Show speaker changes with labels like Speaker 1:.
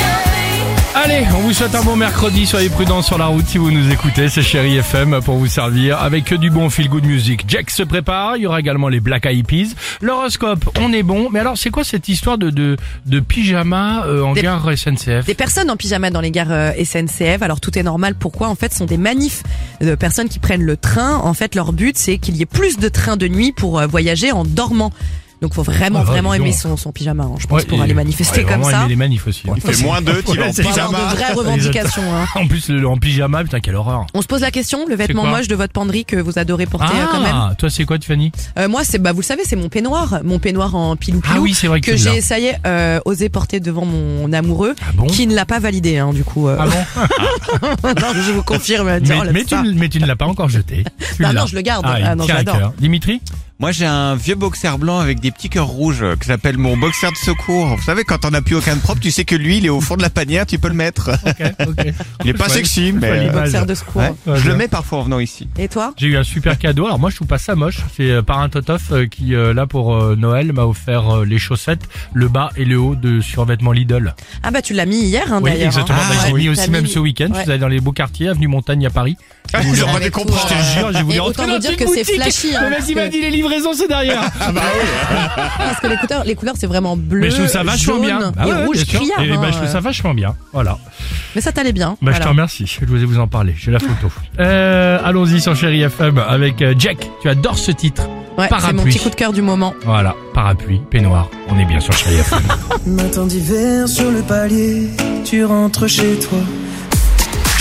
Speaker 1: Allez, on vous souhaite un bon mercredi, soyez prudents sur la route si vous nous écoutez, c'est Chéri FM pour vous servir avec que du bon feel good music. Jack se prépare, il y aura également les Black Eyed Peas. L'horoscope, on est bon, mais alors c'est quoi cette histoire de de, de pyjama euh, en
Speaker 2: Des-
Speaker 1: gare SNCF
Speaker 2: Des personnes en pyjama dans les gares euh, SNCF, alors tout est normal. Pourquoi En fait, ce sont des manifs de personnes qui prennent le train. En fait, leur but, c'est qu'il y ait plus de trains de nuit pour euh, voyager en dormant. Donc, faut vraiment,
Speaker 1: Ah,
Speaker 2: vraiment
Speaker 1: dis donc.
Speaker 2: aimer son, son pyjama, hein, je pense,
Speaker 1: Ouais,
Speaker 2: pour
Speaker 1: et-
Speaker 2: aller manifester
Speaker 1: ouais,
Speaker 2: comme
Speaker 1: vraiment
Speaker 2: ça.
Speaker 1: aimer les manifs aussi.
Speaker 2: Ouais.
Speaker 3: Il fait moins 2, tu vas en
Speaker 1: Ouais, c'est
Speaker 2: Faut avoir
Speaker 3: pyjama.
Speaker 2: de vraies revendications. hein.
Speaker 1: En plus, le, en pyjama, putain, quelle horreur.
Speaker 2: On se pose la question, le vêtement
Speaker 1: quoi
Speaker 2: moche de votre penderie que vous adorez porter euh, quand même.
Speaker 1: Ah, toi c'est quoi Tiffany
Speaker 2: Euh, moi, c'est, bah, vous le savez, c'est mon peignoir, mon peignoir en pilou-pilou.
Speaker 1: Ah oui, c'est vrai que
Speaker 2: que
Speaker 1: tu l'as.
Speaker 2: j'ai essayé, euh, osé porter devant mon amoureux,
Speaker 1: Ah bon
Speaker 2: qui ne l'a pas validé, hein, du coup. euh,
Speaker 1: Ah bon
Speaker 2: non, je vous confirme. tiens,
Speaker 1: mais,
Speaker 2: enlève
Speaker 1: mais tu,
Speaker 2: ça.
Speaker 1: ne- mais tu ne l'as pas encore jeté. Tu
Speaker 2: oh, Non, non,
Speaker 1: l'as.
Speaker 2: je le garde.
Speaker 1: il
Speaker 2: Ah non,
Speaker 1: tient à
Speaker 2: j'adore.
Speaker 1: cœur. Dimitri
Speaker 3: Moi, j'ai un vieux boxer blanc avec des petits cœurs rouges euh, que j'appelle mon boxer de secours. Vous savez, quand t'en as plus aucun de propre, tu sais que lui, il est au fond de la panière, tu peux le mettre.
Speaker 1: Ok, ok.
Speaker 3: Il est pas
Speaker 1: Ouais.
Speaker 3: sexy, mais
Speaker 1: Joli
Speaker 3: euh,
Speaker 1: boxer.
Speaker 2: Boxer de secours.
Speaker 3: ouais. je le mets parfois en venant ici.
Speaker 2: Et toi
Speaker 1: J'ai eu un super cadeau. Alors moi, je trouve pas ça moche. C'est euh, par un Totof euh, qui, euh, là pour euh, Noël, m'a offert euh, les chaussettes, le bas et le haut de survêtement Lidl.
Speaker 2: Ah bah tu l'as mis hier hein,
Speaker 1: Oui,
Speaker 2: d'ailleurs.
Speaker 1: exactement.
Speaker 2: hein.
Speaker 1: Bah,
Speaker 2: Ah
Speaker 1: j'ai
Speaker 2: ouais,
Speaker 1: mis
Speaker 2: t'as
Speaker 1: aussi même ce week-end. Je
Speaker 2: Ouais.
Speaker 1: suis allé dans les beaux quartiers, avenue Montagne à Paris.
Speaker 3: Ah, ils auraient
Speaker 2: Avec
Speaker 3: dû comprendre.
Speaker 2: tout,
Speaker 1: Je te jure, j'ai voulu
Speaker 2: Et
Speaker 1: rentrer
Speaker 2: autant
Speaker 1: dans
Speaker 2: vous dire
Speaker 1: une
Speaker 2: que c'est
Speaker 1: boutique.
Speaker 2: flashy. hein,
Speaker 1: Le mec,
Speaker 2: parce,
Speaker 1: il m'a
Speaker 2: que,
Speaker 1: dit les livraisons, c'est derrière.
Speaker 2: Ah, parce que les couleurs, les couleurs c'est vraiment bleu,
Speaker 1: Mais je trouve ça vachement
Speaker 2: jaune
Speaker 1: bien. Ah
Speaker 2: et
Speaker 1: ouais, ouais,
Speaker 2: rouge
Speaker 1: bien sûr.
Speaker 2: criard.
Speaker 1: Et, bah,
Speaker 2: hein,
Speaker 1: je trouve ça vachement bien. Voilà.
Speaker 2: euh. Mais ça t'allait bien.
Speaker 1: Bah, je
Speaker 2: voilà.
Speaker 1: te remercie. Je voulais vous en parler. J'ai la photo. Euh, allons-y sur Chéri FM avec euh, Jack. Tu adores ce titre.
Speaker 2: Ouais, c'est mon
Speaker 1: Parapluie.
Speaker 2: petit coup de cœur du moment.
Speaker 1: Voilà. Parapluie, peignoir. On est bien sur Chéri FM.
Speaker 4: Matin d'hiver sur le palier, tu rentres chez toi.